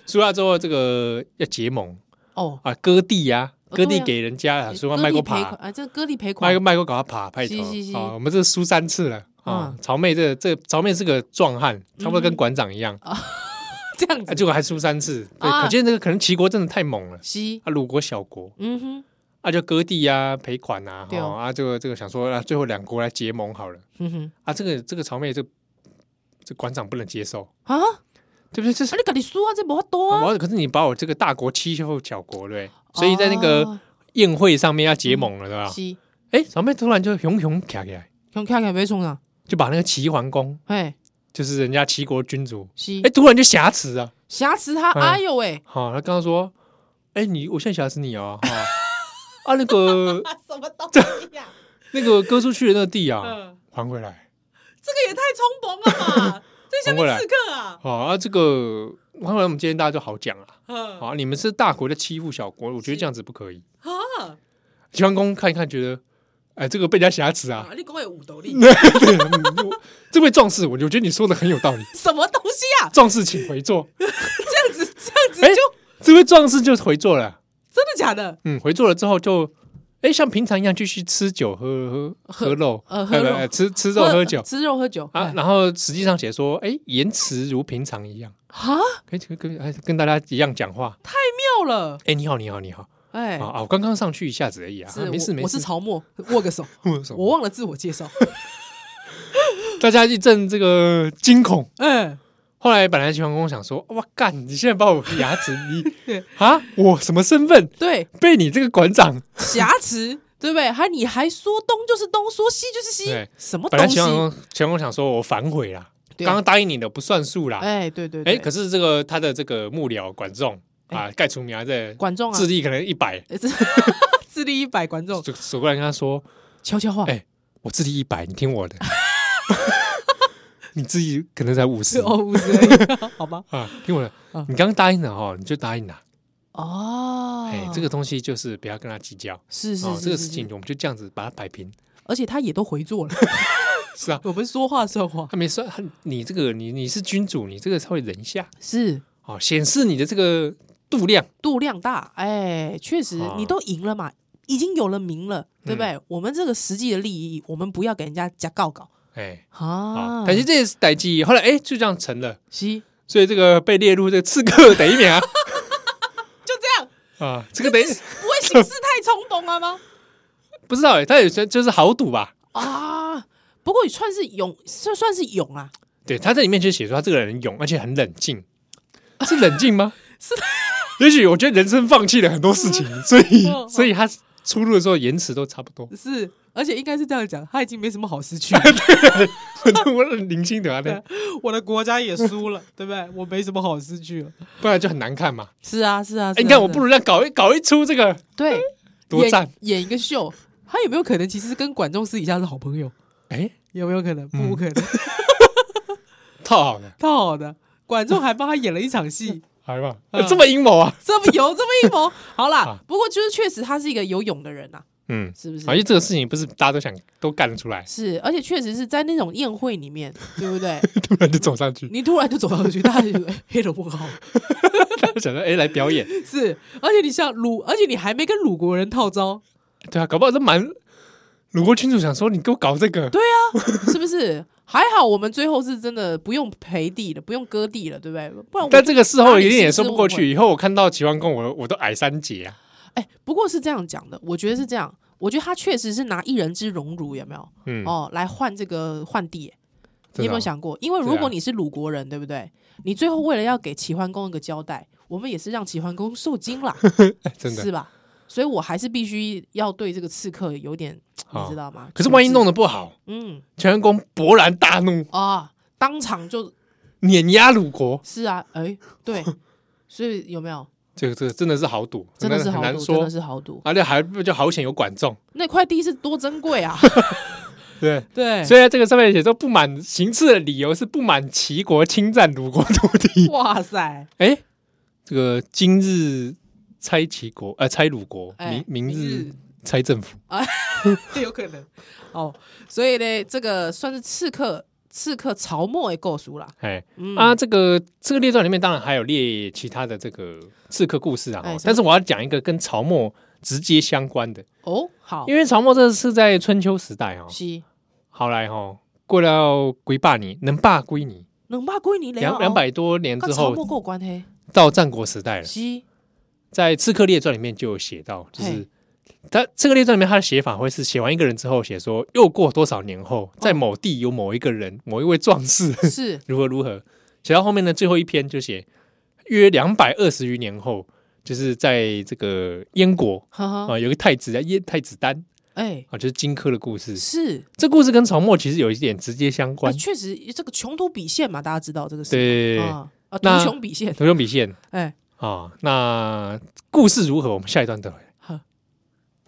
输了之后这个要结盟
哦，
啊，割地呀、
哦
割地
对啊
给人家啊，说
割
卖
地
过
赔款
爬，
啊，这割地赔款
卖过，卖过搞他爬派头
是是是
啊，我们这输三次了啊
嗯，
曹妹这这曹妹是个壮汉，差不多跟馆长一样，
哦这样
啊，
子，
结果还输三次，对，
啊
可见这个可能齐国真的太猛了
是，
啊，鲁国小国。
嗯哼，
啊，就割地啊，赔款啊，
对
哦
哦
啊，这个这个想说啊，最后两国来结盟好了
嗯
啊，这个这个曹妹这这馆长不能接受，
哼，啊，啊，
对不对？这是
你家己输啊，这无法度啊，
我可是你把我这个大国欺负小国，对不对？所以在那个
哦嗯
宴会上面要结盟了，对吧？
是，
哎，小妹突然就熊熊卡起来，
看看看没冲啊，
就把那个齐桓公，
嘿，
就是人家齐国君主，
是
哎，，突然就挟持啊！
挟持他，
嗯
哎呦喂，
好，他刚刚说，哎，你我现在挟持你哦，哈啊，那个
什么东西呀？
那个割出去的那个地啊，
嗯，
还回来。
这个也太冲 动了吧！这
什么刺
客啊？
好啊，这个后来我们今天大家就好讲了。
嗯
好，你们是大国在欺负小国，我觉得
是
这样子不可以。
啊，
齐桓公看一看，觉得，哎，这个被人家挟持啊，
你讲的有道理，
对，嗯我这位壮士，我我觉得你说的很有道理。
什么东西啊？
壮士，请回座。
这样子，这样子
哎
就
这位壮士就回座了，
真的假的？
嗯，回座了之后就，哎，像平常一样继续吃酒喝喝喝肉，
呃喝肉
哎不哎吃吃肉喝酒
吃肉喝酒
啊。
哎
然后实际上写说，哎，言辞如平常一样，
哈，
跟跟跟哎跟大家一样讲话。
妙了，
哎，你好，你好，你好
哎
啊！，啊，我刚刚上去一下子而已啊，
是
啊没事
我
没
我是
事。
曹沫，握 个手，
握手
我忘了自我介绍，
大家一阵这个惊恐。
哎，
后来本来齐桓公想说，哇干，你现在把我牙齿你
对
啊，我什么身份？
对，
被你这个馆长，
挟持。对不对？还你还说东就是东，说西就是西
对，
什么
本来
东西
秦？王公秦王公想说，我反悔啦，
对啊
刚刚答应你的不算数啦。
哎，对对
哎，
对，
可是这个他的这个幕僚管仲啊，盖楚苗的
管仲啊
智，力可能一百，
哎这 智力一百，管仲
走走过来跟他说
悄悄话，
哎：“我智力一百，你听我 的。你智力可能才五十
哦，五十而已， 好吧？
啊，听我的
啊。
你刚刚答应了哦，你就答应了。
哦，
哎，这个东西就是不要跟他计较
是是
哦，
是
这个
是
事
是
情我们就这样子把它摆平。
而且他也都回 做了，
是啊，
我们说话算话，
他没说他你这个你你是君主，你这个稍微忍一下
是
哦，显示你的这个度量。”
度量大，哎，确实
啊
你都赢了嘛，已经有了名了，对不对？
嗯
我们这个实际的利益，我们不要给人家加告告
哎，
啊
好，。感谢这也是代际，后来哎就这样成了，
西，
所以这个被列入这个刺客 等一名啊
就这样，
啊，这个等于
不会行事太冲动了吗？
不知道哎，他有些就是豪赌吧？
啊，不过也算是勇，算算是勇啊，
对，他在里面就写说他这个人很勇，而且很冷静，是冷静 吗？是，也许我觉得人生放弃了很多事情，所以
嗯，
所以他出入的时候言辞都差不多
是，而且应该是这样讲，他已经没什么好 失去了，
反正我零星得啊，
对我的国家也输了，对不对？我没什么好失去了。
不然就很难看嘛。
是啊，是啊，
哎，你看我
不
不如让搞一搞一出这个
对，
多
演
赞，啊
演一个秀，他有没有可能其实跟管仲私底下是好朋友？
哎，
有没有可能？
嗯
不可能，
太好了，
太好的。管仲还帮他演了一场 戏，
好吧，
嗯
这么阴谋啊，
这么有这么一 谋。好
啊
啦，不过就是确实他是一个有勇的人呐、
嗯。
是不
而且
是？
这个事情不是大家都想都干得出 来，
是，而且确实是在那种宴会里面， 对不对？
突然就走上去，
你突然就走上去，大家就觉得哎黑人问号
大家想说哎、来表 演，
是，而且你像鲁，而且你还没跟鲁国人套招，
对啊，搞不好这蛮鲁国君主想说你给我搞这个，对，
是不是？还好我们最后是真的不用赔地了，不用割地了，对不对？不然我
但这个事后一定啊也说不过
哪里兴
去。以后我看到齐桓公，我我都矮三截啊，
哎，不过是这样讲的，我觉得是这样。我觉得他确实是拿一人之荣辱，有没有？
嗯，
哦，来换这个换地耶，
真的
你有没有
哦？
想过？因为
是
如
啊
果你是鲁国人，对不对？你最后为了要给齐桓公一个交代，我们也是让齐桓公受惊啦，
哎真的
是吧？所以我还是必须要对这个刺客有点，你
好
知道吗？
可是万一弄
的，
得不好，
嗯
齐桓公勃然大怒，
啊，当场就
碾压鲁国，
是啊，哎， 对，所以有没有？
这个这个真的是好赌，
真的是
很
豪
难
赌，真
说
的。是豪赌。
而且还不就好险有管仲，
那块地是多珍贵 啊！
对。
对，
所以在这个上面写说不满行刺的理由是不满齐国侵占鲁国土 地。
哇 塞，
哎，这个今日拆齐国，呃，拆鲁国，
哎
明明日拆政府。
嗯有可能哦。所以呢，这个算是刺客刺客曹沫的构书啦。
哎
嗯
啊，这个这个列传里面当然还有列其他的这个刺客故事啊
哎，
哦
什么
但是我要讲一个跟曹沫直接相关的，
哦，好，
因为曹沫这是在春秋时代哦，
是
后来哦，过了几百年，能霸归你
两百几年了
两
哦
两百多年之
跟曹沫
后，
跟有关系，
到战国时代了。
是
在《刺客列传》里面就有写到，就是
嘿
他《刺客列传》里面他的写法会是写完一个人之后写说，又过多少年后，在某地有某一个人、某一位壮士
是
如何如何。写到后面呢，最后一篇就写约两百二十余年后，就是在这个燕国
呵
啊、
呵，
有个太子叫燕太子丹
哎，
啊、就是荆轲的故事。
是，
这故事跟曹沫其实有一点直接相
哎
关，
确实这个穷途比线嘛，大家知道这个事，
对，
啊，啊，图
那
穷比线，
图穷匕见
哎，
啊。那故事如何，我们下一段再回来。